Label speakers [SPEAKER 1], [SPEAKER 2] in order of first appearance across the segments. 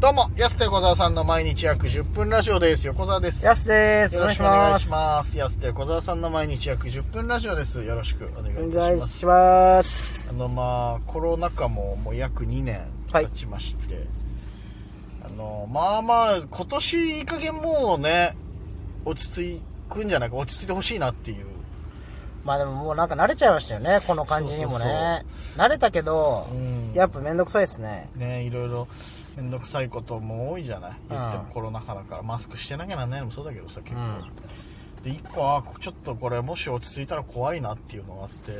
[SPEAKER 1] どうも、やすて小沢さんの毎日約10分ラジオです。横澤です。
[SPEAKER 2] やすです。
[SPEAKER 1] よろしくお願いし
[SPEAKER 2] お願
[SPEAKER 1] ます。やすて小沢さんの毎日約10分ラジオです。よろしくお願いい
[SPEAKER 2] いしま
[SPEAKER 1] たし
[SPEAKER 2] す。お
[SPEAKER 1] ま
[SPEAKER 2] 願い
[SPEAKER 1] す。
[SPEAKER 2] します。
[SPEAKER 1] あの、まあ、コロナ禍ももう約2年経ちまして、あの、まあまあ、今年いい加減もうね、落ち着くんじゃないか、落ち着いてほしいなっていう。
[SPEAKER 2] まあでももうなんか慣れちゃいましたよね、この感じにも
[SPEAKER 1] そうそう
[SPEAKER 2] ね。慣れたけど
[SPEAKER 1] うん、
[SPEAKER 2] やっぱめんどくさいですね。
[SPEAKER 1] ね、いろいろ面倒くさいことも多いじゃない言っても
[SPEAKER 2] うん
[SPEAKER 1] コロナ禍だからマスクしてなきゃなんないのもそうだけどさ結構、
[SPEAKER 2] うん
[SPEAKER 1] で一個あちょっとこれもし落ち着いたら怖いなっていうのがあって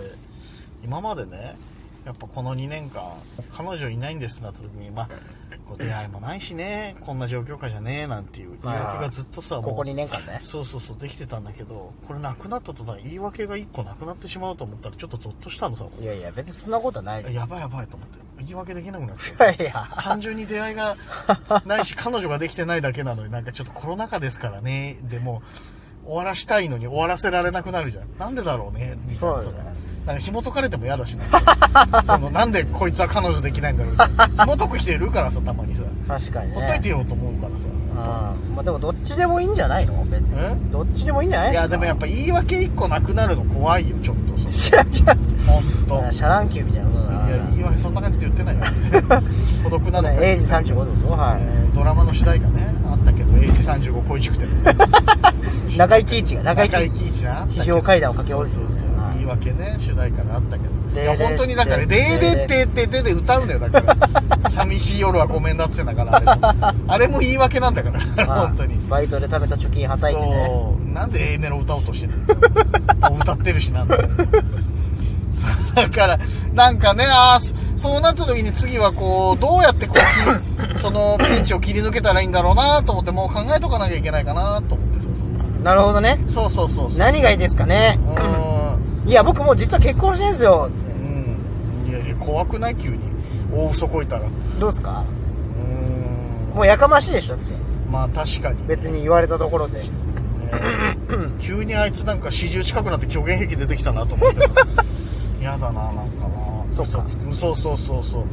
[SPEAKER 1] 今までねやっぱこの2年間彼女いないんですってなった時にまあこう出会いもないしねこんな状況下じゃねえなんていう言い訳がずっとさ、もう
[SPEAKER 2] ここ2年間ね。
[SPEAKER 1] そうそうそうできてたんだけどこれなくなったとた言い訳が1個なくなってしまうと思ったらちょっとゾッとしたのさ
[SPEAKER 2] いやいや、別にそんなことない。い
[SPEAKER 1] やばいやばいと思って言い訳できなくなっちゃう
[SPEAKER 2] やいや、
[SPEAKER 1] 単純に出会いがないし彼女ができてないだけなのになんかちょっとコロナ禍ですからねでも終わらしたいのに終わらせられなくなるじゃんなんでだろうねみたいなさ
[SPEAKER 2] そうだね
[SPEAKER 1] なんか紐解かれても嫌だしな そのなんでこいつは彼女できないんだろうみたいな紐解く人いるからさたまにさ
[SPEAKER 2] 確かに
[SPEAKER 1] ほっといて
[SPEAKER 2] ね。
[SPEAKER 1] よと思うからさ
[SPEAKER 2] うんまあでもどっちでもいいんじゃないの別
[SPEAKER 1] え
[SPEAKER 2] に。どっちでもいいんじゃない
[SPEAKER 1] い
[SPEAKER 2] で
[SPEAKER 1] や
[SPEAKER 2] すか
[SPEAKER 1] でもやっぱ言い訳一個なくなるの怖いよちょっと本当。
[SPEAKER 2] シャランキューみたいなことだ
[SPEAKER 1] いや
[SPEAKER 2] な
[SPEAKER 1] 言い訳そんな感じで言ってない よ孤独なのか
[SPEAKER 2] エイジ35度とは
[SPEAKER 1] ドラマの主題歌ねあったけど H35 恋しくて
[SPEAKER 2] い。中井貴一が、中井貴
[SPEAKER 1] 中
[SPEAKER 2] 一
[SPEAKER 1] 井貴一な
[SPEAKER 2] 非常階段を駆け下りて
[SPEAKER 1] そう
[SPEAKER 2] る
[SPEAKER 1] そうそう
[SPEAKER 2] はい
[SPEAKER 1] 言い訳ね主題歌があったけどいや
[SPEAKER 2] で
[SPEAKER 1] 本当にだから「
[SPEAKER 2] で
[SPEAKER 1] でーでってってで」で歌うんだよだ から「寂しい夜はごめんだ」っつってんだからあれもあれも言い訳なんだから
[SPEAKER 2] まあ
[SPEAKER 1] 本当に
[SPEAKER 2] バイトで食べた貯金はたいてね。
[SPEAKER 1] そうなんで A メロ歌おうとしてるの もう歌ってるしなん だよそうだからなんかねああそそうなった時に次はこうどうやってこ うきそのピンチを切り抜けたらいいんだろうなと思ってもう考えとかなきゃいけないかなと思ってそうそう
[SPEAKER 2] なるほどね。
[SPEAKER 1] そうそうそうそう
[SPEAKER 2] 何がいいですかね
[SPEAKER 1] うーん
[SPEAKER 2] いや、僕もう実は結婚してるんですよ。
[SPEAKER 1] うんいやいや怖くない急に大嘘こいたらう
[SPEAKER 2] どうですか
[SPEAKER 1] ーん
[SPEAKER 2] もうやかましいでしょって。
[SPEAKER 1] まあ確かに、ね、
[SPEAKER 2] 別に言われたところで。
[SPEAKER 1] 急にあいつなんか四十近くなって虚言癖出てきたなと思っ て嫌だななんかな
[SPEAKER 2] そっか
[SPEAKER 1] うそうそうそうそう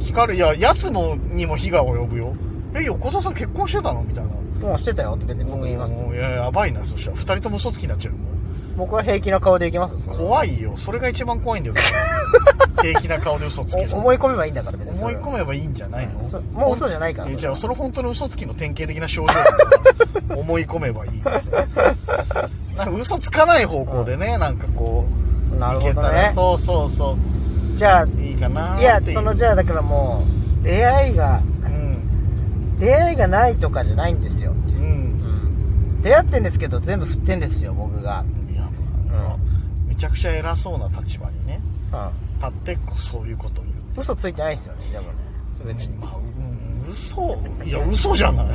[SPEAKER 1] 光るいややすもにも被害を及ぶよえ横澤さん結婚してたのみたいな
[SPEAKER 2] もうしてたよって別に僕言いますよ。
[SPEAKER 1] もういややばいなそしたら2人とも嘘つきになっちゃうよも
[SPEAKER 2] 僕は平気な顔でいきますよ
[SPEAKER 1] う怖いよそれが一番怖いんだ よ平気な顔で嘘つ
[SPEAKER 2] お
[SPEAKER 1] ける
[SPEAKER 2] 思い込めばいいんだから別にそ
[SPEAKER 1] 思い
[SPEAKER 2] れは。
[SPEAKER 1] 込めばいいんじゃないの
[SPEAKER 2] そうもう嘘じゃないから
[SPEAKER 1] え
[SPEAKER 2] それは
[SPEAKER 1] じゃあそれ本当の嘘つきの典型的な症状 思い込めばいいですよなんか嘘つかない方向でね、なんかこう
[SPEAKER 2] なるほどね
[SPEAKER 1] いけたらそうそうそ
[SPEAKER 2] じゃ
[SPEAKER 1] ういいかな
[SPEAKER 2] あ、
[SPEAKER 1] ー
[SPEAKER 2] いや
[SPEAKER 1] って、う
[SPEAKER 2] そのじゃあだからもう、出会いが、
[SPEAKER 1] うん
[SPEAKER 2] 出会いがないとかじゃないんですよ。
[SPEAKER 1] うん
[SPEAKER 2] 出会ってんですけど全部振ってんですよ、僕が。
[SPEAKER 1] いやまあめちゃくちゃ偉そうな立場にね
[SPEAKER 2] うん。
[SPEAKER 1] 立ってこそういうことを言う
[SPEAKER 2] 嘘ついてないですよね、でもね。別に。
[SPEAKER 1] まあ、うん、嘘いや嘘じゃない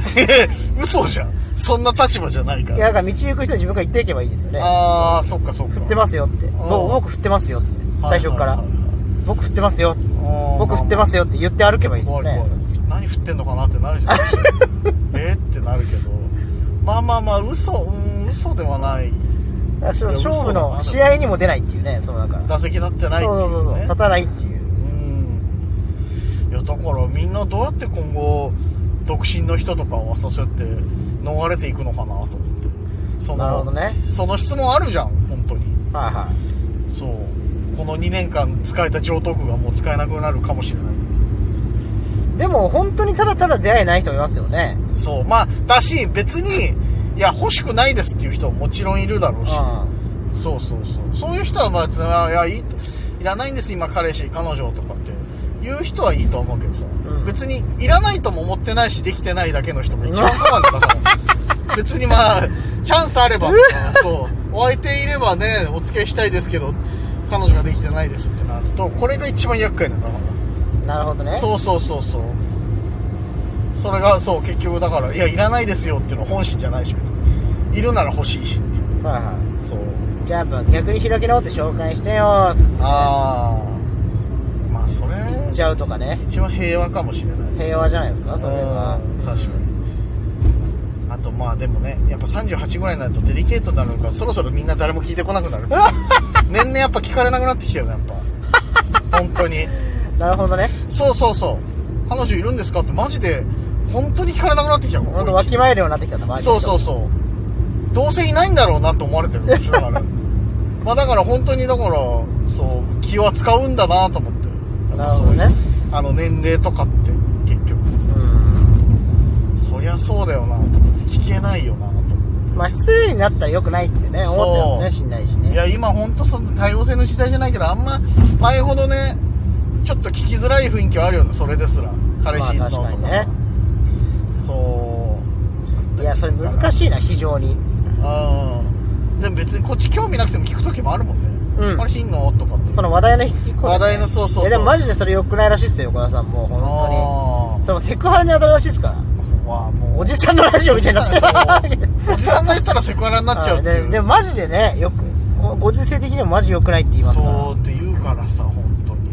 [SPEAKER 1] 嘘じゃんそんな立場じゃないか
[SPEAKER 2] いや、
[SPEAKER 1] ら
[SPEAKER 2] だから道行く人に自分から言っていけばいいですよね。
[SPEAKER 1] ああそっかそっか振
[SPEAKER 2] 振ってますよって僕僕振ってますよって最初から僕振ってますよ僕振ってますよって言って歩けばいいですよ
[SPEAKER 1] 怖い怖
[SPEAKER 2] ね
[SPEAKER 1] い何振ってんのかなってなるじゃ んえってなるけどまあまあまあ嘘うん嘘ではない
[SPEAKER 2] だからその
[SPEAKER 1] いや
[SPEAKER 2] 勝負
[SPEAKER 1] 嘘だ
[SPEAKER 2] の
[SPEAKER 1] な
[SPEAKER 2] 試合にも出ないっていうねそのだから
[SPEAKER 1] 打席立ってないってい
[SPEAKER 2] そう
[SPEAKER 1] ね
[SPEAKER 2] うそうそうそう立たないっていう
[SPEAKER 1] うんいやだからみんなどうやって今後独身の人とかはさそうやって逃れていくのかなと思ってその
[SPEAKER 2] なるほどね
[SPEAKER 1] その質問あるじゃん本当に
[SPEAKER 2] はいは
[SPEAKER 1] そうこの2年間使えた上等句がもう使えなくなるかもしれない
[SPEAKER 2] いでも本当にただただ出会えない人いますよね
[SPEAKER 1] そうまあだし別にいや欲しくないですっていう人ももちろんいるだろうし、
[SPEAKER 2] う
[SPEAKER 1] そうそうそうそういう人はまあ別にあいやいいいらないんです今彼氏彼女とかって言う人はいいと思うけどさ、
[SPEAKER 2] うん
[SPEAKER 1] 別にいらないとも思ってないしできてないだけの人が一番困るんだから 別にまあチャンスあればそうお相手いればねお付き合いしたいですけど彼女ができてないですってなるとこれが一番厄介なんだから
[SPEAKER 2] んなるほどね
[SPEAKER 1] そうそうそうそうそれがそう結局だからいやいらないですよっていうのは本心じゃないし別にいるなら欲しいしっていう
[SPEAKER 2] はいは
[SPEAKER 1] そう
[SPEAKER 2] いじゃあやっぱ逆に開き直って紹介してよっつって
[SPEAKER 1] ああまあそれ
[SPEAKER 2] 言っちゃうとかね
[SPEAKER 1] 一番平和かもしれない
[SPEAKER 2] 平和じゃないですかそれは
[SPEAKER 1] うん確かにあとまあでもねやっぱ38ぐらいになるとデリケートになるのかそろそろみんな誰も聞いてこなくな る年々やっぱ聞かれなくなってきてるねやっぱ本当に
[SPEAKER 2] なるほどね
[SPEAKER 1] そうそうそう彼女いるんですかってマジで本当に聞かれなくなってきたここ
[SPEAKER 2] ほんとわきまえるようになってきたんだ周り
[SPEAKER 1] そうそう
[SPEAKER 2] う
[SPEAKER 1] そうどうせいないんだろうなって思われ てるでしょだからまあだから本当にだからそう気は使うんだなと思ってやっぱそういう
[SPEAKER 2] なるほどね
[SPEAKER 1] あの年齢とかって結局
[SPEAKER 2] うん
[SPEAKER 1] そりゃそうだよなと思って聞けないよなと思って
[SPEAKER 2] まあ失礼になったらよくないってね思ったよね
[SPEAKER 1] そう
[SPEAKER 2] しんないし
[SPEAKER 1] い
[SPEAKER 2] ね
[SPEAKER 1] や今本当その多様性の時代じゃないけどあんま前ほどねちょっと聞きづらい雰囲気はあるよねそれですら彼氏いんのとかさ、
[SPEAKER 2] まあ確か
[SPEAKER 1] そう
[SPEAKER 2] いやそれ難
[SPEAKER 1] い
[SPEAKER 2] しいな非常に
[SPEAKER 1] うんでも別にこっち興味なくても聞く時もあるもんね、
[SPEAKER 2] うん
[SPEAKER 1] 彼氏いんのとかって
[SPEAKER 2] その話題の引き込み
[SPEAKER 1] 話題のそうそうそう
[SPEAKER 2] いやでもマジでそれ良くないらしいっすよ横田さんもう本当
[SPEAKER 1] あ
[SPEAKER 2] にそれもセクハラに当たるらしいっすから
[SPEAKER 1] あわあもう
[SPEAKER 2] おじさんのラジオみたいになって
[SPEAKER 1] そうおじさんが言ったらセクハラに なっちゃうってい
[SPEAKER 2] で
[SPEAKER 1] う
[SPEAKER 2] でもマジでねよくごご時世的にもマジ良くないって言いますから
[SPEAKER 1] そうって言うからさ本当に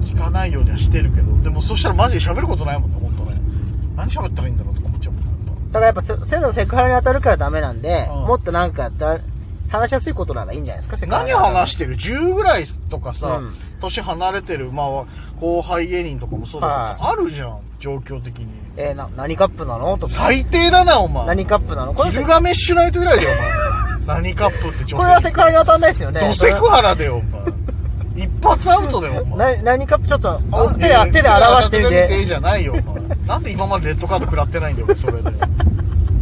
[SPEAKER 1] 聞かないようにはしてるけどでもそしたらマジで喋ることないもんね本当ね何喋ったらいいんだろうとか思っちゃうもんねやっ
[SPEAKER 2] だからやっぱそそういうのセクハラに当たるからダメなんで、
[SPEAKER 1] うん
[SPEAKER 2] もっとなんかだ話しやすいことならいいんじゃないですかセク
[SPEAKER 1] ぱ
[SPEAKER 2] ハラ
[SPEAKER 1] 何話してる10ぐらいとかさ、
[SPEAKER 2] うん
[SPEAKER 1] 年離れてる、まあ、後輩芸人とかもそうだけどさ、あるじゃん状況的に
[SPEAKER 2] えー、な何カップなのとか
[SPEAKER 1] 最低だなお前
[SPEAKER 2] 何カップなのこれ
[SPEAKER 1] ギル
[SPEAKER 2] こ
[SPEAKER 1] ガメッシュナイトぐらいだよお前何カップって女性
[SPEAKER 2] れはセクハラに当たんないですよね
[SPEAKER 1] ドセクハラだよお前一発アウトだよお前
[SPEAKER 2] な何カップちょっと
[SPEAKER 1] な
[SPEAKER 2] お
[SPEAKER 1] ん
[SPEAKER 2] 手で手で表してみ
[SPEAKER 1] 手で見
[SPEAKER 2] て
[SPEAKER 1] てじゃないよ、お前なんで今までレッドカード食らってないんだよ、俺それで。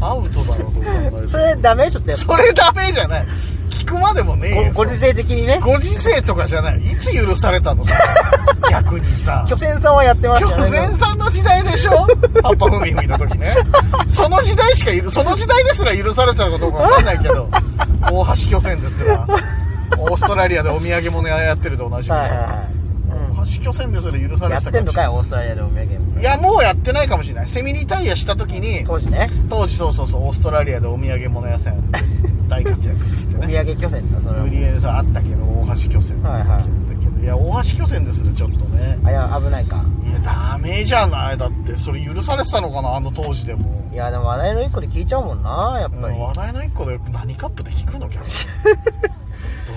[SPEAKER 1] アウトだろ、と考えて
[SPEAKER 2] それダメちょっとやっ
[SPEAKER 1] それダメじゃない。聞くまでもねえ
[SPEAKER 2] ぱ
[SPEAKER 1] よ。
[SPEAKER 2] ごご時世的にね
[SPEAKER 1] それご時世とかじゃない。いつ許されたの逆にさ。
[SPEAKER 2] 巨船さんはやってまし
[SPEAKER 1] 巨
[SPEAKER 2] たよね
[SPEAKER 1] 前さんの時代でしょパパふみふみの時ね。その時代しかいる、その時代ですら許されてたかどうかわかんないけど、大橋巨船ですら、オーストラリアでお土産物屋やってると同じみ、
[SPEAKER 2] はいはいはい、
[SPEAKER 1] 大橋巨船ですら許さ
[SPEAKER 2] うん、
[SPEAKER 1] れ
[SPEAKER 2] や
[SPEAKER 1] て
[SPEAKER 2] ったてんのか
[SPEAKER 1] い
[SPEAKER 2] いオーストラリアでお土産
[SPEAKER 1] いや、もうやってないかもしれない。セミリタイヤした時に、
[SPEAKER 2] 当時ね
[SPEAKER 1] 当時そうそうそう、オーストラリアでお土産物屋さんやって大活躍っつって
[SPEAKER 2] お土
[SPEAKER 1] ね。
[SPEAKER 2] 産巨船だそれは
[SPEAKER 1] 売り上げさんあったけど、大橋巨船だ
[SPEAKER 2] はいはい
[SPEAKER 1] ったけど。いや、大橋巨船ですらちょっとね。
[SPEAKER 2] あいや危ないか
[SPEAKER 1] いや、ダメじゃない。だって、それ許されてたのかな、あの当時でも。
[SPEAKER 2] いやでも話題の一個で聞いちゃうもんなやっぱり、
[SPEAKER 1] 話題の一個で何カップで聞くの 逆に。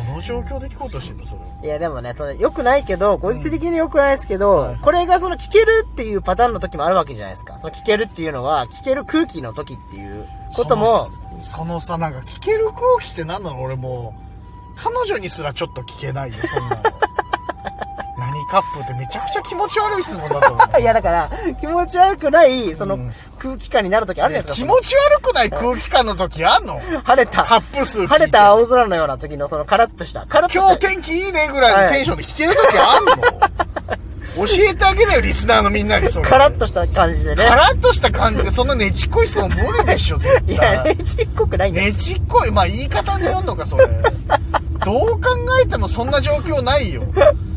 [SPEAKER 1] どの状況で聞こうとしてんだ、それ。
[SPEAKER 2] いやでもね、それ良くないけど、ご時世的に良くないですけど、
[SPEAKER 1] はい
[SPEAKER 2] これがその聞けるっていうパターンの時もあるわけじゃないですか。その聞けるっていうのは、聞ける空気の時っていうことも、
[SPEAKER 1] その。そのさ、なんか聞ける空気って何なの俺もう、彼女にすらちょっと聞けないよ、そんな の。何カップってめちゃくちゃ気持ち悪い質問だと思う。
[SPEAKER 2] いやだから、気持ち悪くない、そうの
[SPEAKER 1] ん
[SPEAKER 2] 空気感になる時あるじゃないです
[SPEAKER 1] 気
[SPEAKER 2] か。その
[SPEAKER 1] 持ち悪くない空気感の時あんの
[SPEAKER 2] 晴れた、
[SPEAKER 1] カップ数聞いて
[SPEAKER 2] 晴れた青空のような時のそのカラッとした、カラッと
[SPEAKER 1] 今日
[SPEAKER 2] した。
[SPEAKER 1] 天気いいねぐらいのテンションで聞ける時あんの、 教えてあげなよ、リスナーのみんなにそれ。
[SPEAKER 2] カラッとした感じでね。
[SPEAKER 1] カラッとした感じで、そんなねちっこい質問無理でしょ、絶
[SPEAKER 2] いや、ね
[SPEAKER 1] 対。
[SPEAKER 2] ちっこくないんだよ。
[SPEAKER 1] ねちっこい。まあ、言い方によんのか、それ。どう考えてもそんな状況ないよ。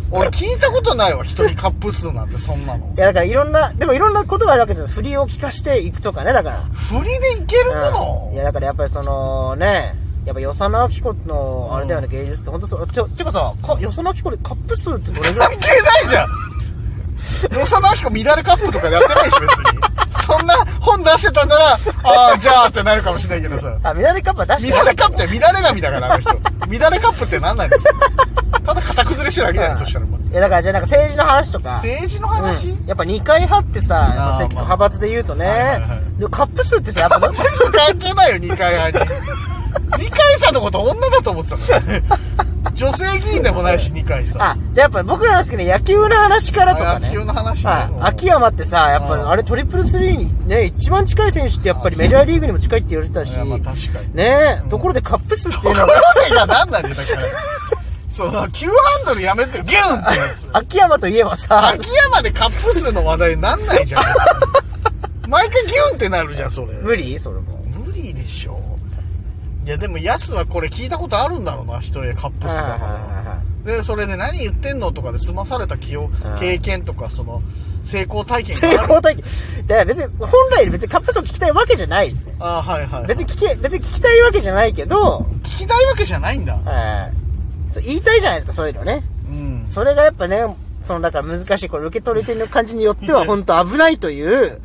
[SPEAKER 1] 俺聞いたことないわ、人にカップ数なんてそんなの
[SPEAKER 2] い。やだからいろんな、でもいろんなことがあるわけじゃないです振りを聞かしていくとかね、だから。
[SPEAKER 1] 振りでいけるもの、
[SPEAKER 2] うんいやだからやっぱりそのねやっぱ与謝野明子のあれだよね、芸術って本当そうちょてかさか与謝野明子でカップ数ってどれぐら
[SPEAKER 1] 関
[SPEAKER 2] い
[SPEAKER 1] 係ないじゃん与謝野明子乱れカップとかやってないし別にそんな本出してたんならああじゃあってなるかもしれないけどさ
[SPEAKER 2] あ南カップは出して
[SPEAKER 1] 乱れカップって乱れ髪だからあの人乱れカップってなんないんですよただ型崩れしてるだけだよ、そしたらもう
[SPEAKER 2] いやだからじゃあなんか政治の話とか
[SPEAKER 1] 政治の話、
[SPEAKER 2] うんやっぱ二階派ってさやっぱ
[SPEAKER 1] あー
[SPEAKER 2] せ
[SPEAKER 1] まあ
[SPEAKER 2] 派閥で言うとね、
[SPEAKER 1] はいはいはい
[SPEAKER 2] でもカップ数ってさやっぱ
[SPEAKER 1] カップ数関係ないよ二階派に二階さんのこと女だと思ってたからね女性議員でもないし二階さん
[SPEAKER 2] あじゃあやっぱ僕らの好きな野球の話からとかね
[SPEAKER 1] 野球の話ね
[SPEAKER 2] はい
[SPEAKER 1] うん
[SPEAKER 2] 秋山ってさやっ
[SPEAKER 1] うん
[SPEAKER 2] ぱあれトリプルスリーにね一番近い選手ってやっぱりメジャーリーグにも近いって言われてたし
[SPEAKER 1] いやまあ確 かに
[SPEAKER 2] ねえところでカップ数っていうの
[SPEAKER 1] こ
[SPEAKER 2] は
[SPEAKER 1] れが何なんだよだからその急ハンドルやめてギュンってや つ
[SPEAKER 2] 秋山といえばさ
[SPEAKER 1] 秋山でカップ数の話題になんないじゃん毎回ギュンってなるじゃんそれ
[SPEAKER 2] 無理それも
[SPEAKER 1] 無理でしょいやでもヤスはこれ聞いたことあるんだろうな人へカップ数だからでそれで何言ってんのとかで済まされた気を
[SPEAKER 2] うん
[SPEAKER 1] 経験とかその成功体験があ
[SPEAKER 2] 成
[SPEAKER 1] る
[SPEAKER 2] 功体験。だから別に、本来別にカップ数を聞きたいわけじゃないですね。
[SPEAKER 1] ああはいはい
[SPEAKER 2] 別に聞け、別に聞きたいわけじゃないけど、
[SPEAKER 1] 聞きたいわけじゃないんだ
[SPEAKER 2] はいそう言いたいじゃないですか、そういうのね。
[SPEAKER 1] うん
[SPEAKER 2] それがやっぱね、そのだから難しい、これ受け取り手の感じによっては 本当危ないという、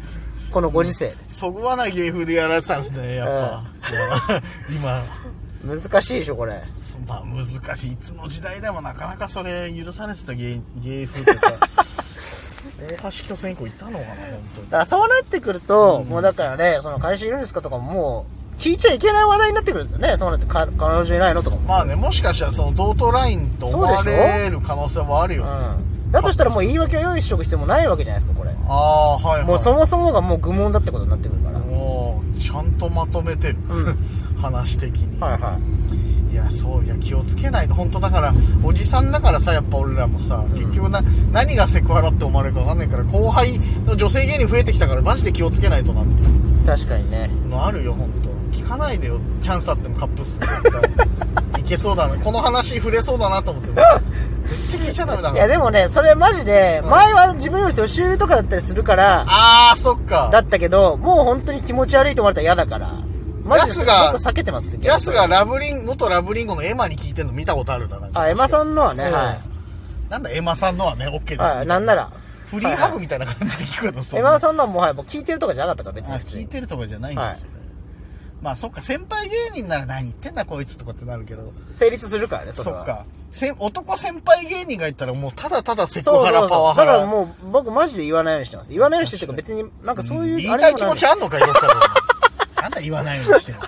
[SPEAKER 2] このご時世。
[SPEAKER 1] そぐわない芸風でやられてたんですねやっぱ、いや
[SPEAKER 2] 難しいでしょ、これ。
[SPEAKER 1] 今まあ 難しいいつの時代でもなかなかそれ許されてた芸芸風とか
[SPEAKER 2] ね
[SPEAKER 1] パシキョセンコいたのかな本当に
[SPEAKER 2] だからそうなってくると、
[SPEAKER 1] うん
[SPEAKER 2] もうだからね、その彼氏いるんですかとかももう、聞いちゃいけない話題になってくるんですよね。そうなって、か彼女いないのとかも。
[SPEAKER 1] まあねもしかしたらその同等ラインと思われる可能性もあるよ、あ
[SPEAKER 2] うん。だとしたらもう言い訳を用意しておく必要もないわけじゃないですか、これ。
[SPEAKER 1] あーはいはい
[SPEAKER 2] もうそもそもがもう愚問だってことになってくるから。は
[SPEAKER 1] もうちゃんとまとめてる、
[SPEAKER 2] う
[SPEAKER 1] 話的に、
[SPEAKER 2] いはい
[SPEAKER 1] やそういや気をつけないと本当だからおじさんだからさやっぱ俺らもさ、結局な何がセクハラって思われるか分かんないから後輩の女性芸人増えてきたからマジで気をつけないとなっていう
[SPEAKER 2] い。確かにね。
[SPEAKER 1] のあるよ本当聞かないでよチャンスあってもカップ数絶対いけそうだなこの話触れそうだなと思って絶対聞いちゃダメだ
[SPEAKER 2] い
[SPEAKER 1] か
[SPEAKER 2] や
[SPEAKER 1] ら
[SPEAKER 2] でもね、それマジで、
[SPEAKER 1] うん
[SPEAKER 2] 前は自分より年上とかだったりするから、
[SPEAKER 1] あーそっか
[SPEAKER 2] だったけど、もう本当に気持ち悪いと思われたら嫌だから。マジで、
[SPEAKER 1] ヤスが
[SPEAKER 2] 本当避けてます。
[SPEAKER 1] ヤスがラブリン元ラブリンゴのエマに聞いてんの見たことあるだな
[SPEAKER 2] あ、エマさんのはね、
[SPEAKER 1] うん
[SPEAKER 2] は
[SPEAKER 1] なんだエマさんのはね OK です
[SPEAKER 2] い。はい、なんなら。
[SPEAKER 1] フリーハグみたいな感じで聞くの、そ
[SPEAKER 2] エ
[SPEAKER 1] ん
[SPEAKER 2] マ
[SPEAKER 1] な
[SPEAKER 2] さんのはもうはい、もう聞いてるとかじゃなかったから、別
[SPEAKER 1] あ
[SPEAKER 2] に普通
[SPEAKER 1] 聞い
[SPEAKER 2] に。
[SPEAKER 1] てるとかじゃないんですよね、まあそっか先輩芸人なら何言ってんだこいつとかってなるけど
[SPEAKER 2] 成立するからね、
[SPEAKER 1] そ
[SPEAKER 2] それ
[SPEAKER 1] っ
[SPEAKER 2] は。
[SPEAKER 1] かせ男先輩芸人がいたらもうただただセク
[SPEAKER 2] そう
[SPEAKER 1] ハ
[SPEAKER 2] そ
[SPEAKER 1] ラ
[SPEAKER 2] う
[SPEAKER 1] パ
[SPEAKER 2] そ
[SPEAKER 1] ワ
[SPEAKER 2] う。
[SPEAKER 1] ハ
[SPEAKER 2] だか
[SPEAKER 1] ラ
[SPEAKER 2] らもう、僕マジで言わないようにしてます。言わないようにしてっていうか、別になんかそういう、
[SPEAKER 1] 言いたい気持ち
[SPEAKER 2] あ
[SPEAKER 1] あんのかよこれなんだ言わないようにしてんの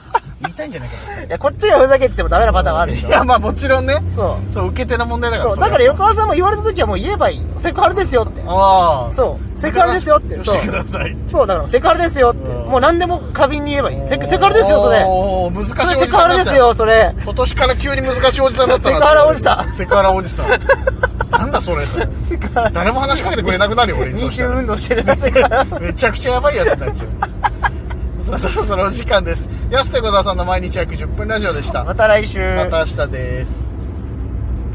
[SPEAKER 1] 言いたいんじゃないか
[SPEAKER 2] れでもなんでいや、こっちがふざけててもダメなパターンはあるでし
[SPEAKER 1] い
[SPEAKER 2] ょ。
[SPEAKER 1] やまあもちろんね
[SPEAKER 2] そう。
[SPEAKER 1] そう受け手の問題だから
[SPEAKER 2] そう、
[SPEAKER 1] れは
[SPEAKER 2] だから横川さんも言われた時はもう言えばいいの。セクハラですよって。
[SPEAKER 1] ああ
[SPEAKER 2] そうセクハラですよって
[SPEAKER 1] してください
[SPEAKER 2] そう、だからセクハラですよっ
[SPEAKER 1] う
[SPEAKER 2] て。
[SPEAKER 1] ん
[SPEAKER 2] もう何でも過敏に言えばいい。セクセクハラですよ、それ。
[SPEAKER 1] おー難しいおじ
[SPEAKER 2] そ
[SPEAKER 1] さん
[SPEAKER 2] れセ
[SPEAKER 1] に
[SPEAKER 2] クハラ
[SPEAKER 1] なっ
[SPEAKER 2] で
[SPEAKER 1] ち
[SPEAKER 2] す
[SPEAKER 1] ゃう
[SPEAKER 2] よ、それ。
[SPEAKER 1] 今年から急に難しいおじさんだったな
[SPEAKER 2] セクハラおじさん
[SPEAKER 1] セクハラおじさ んなんだそれ
[SPEAKER 2] セクハラ。
[SPEAKER 1] 誰も話しかけてくれなくなるよ俺にそ
[SPEAKER 2] 二
[SPEAKER 1] うした
[SPEAKER 2] 級
[SPEAKER 1] ら
[SPEAKER 2] 運動してるな、セクハラ。
[SPEAKER 1] めちゃくちゃやばいやつになっちゃうさあそろそろお時間です安手小沢さんの毎日約10分ラジオでした
[SPEAKER 2] また来週。
[SPEAKER 1] また明日です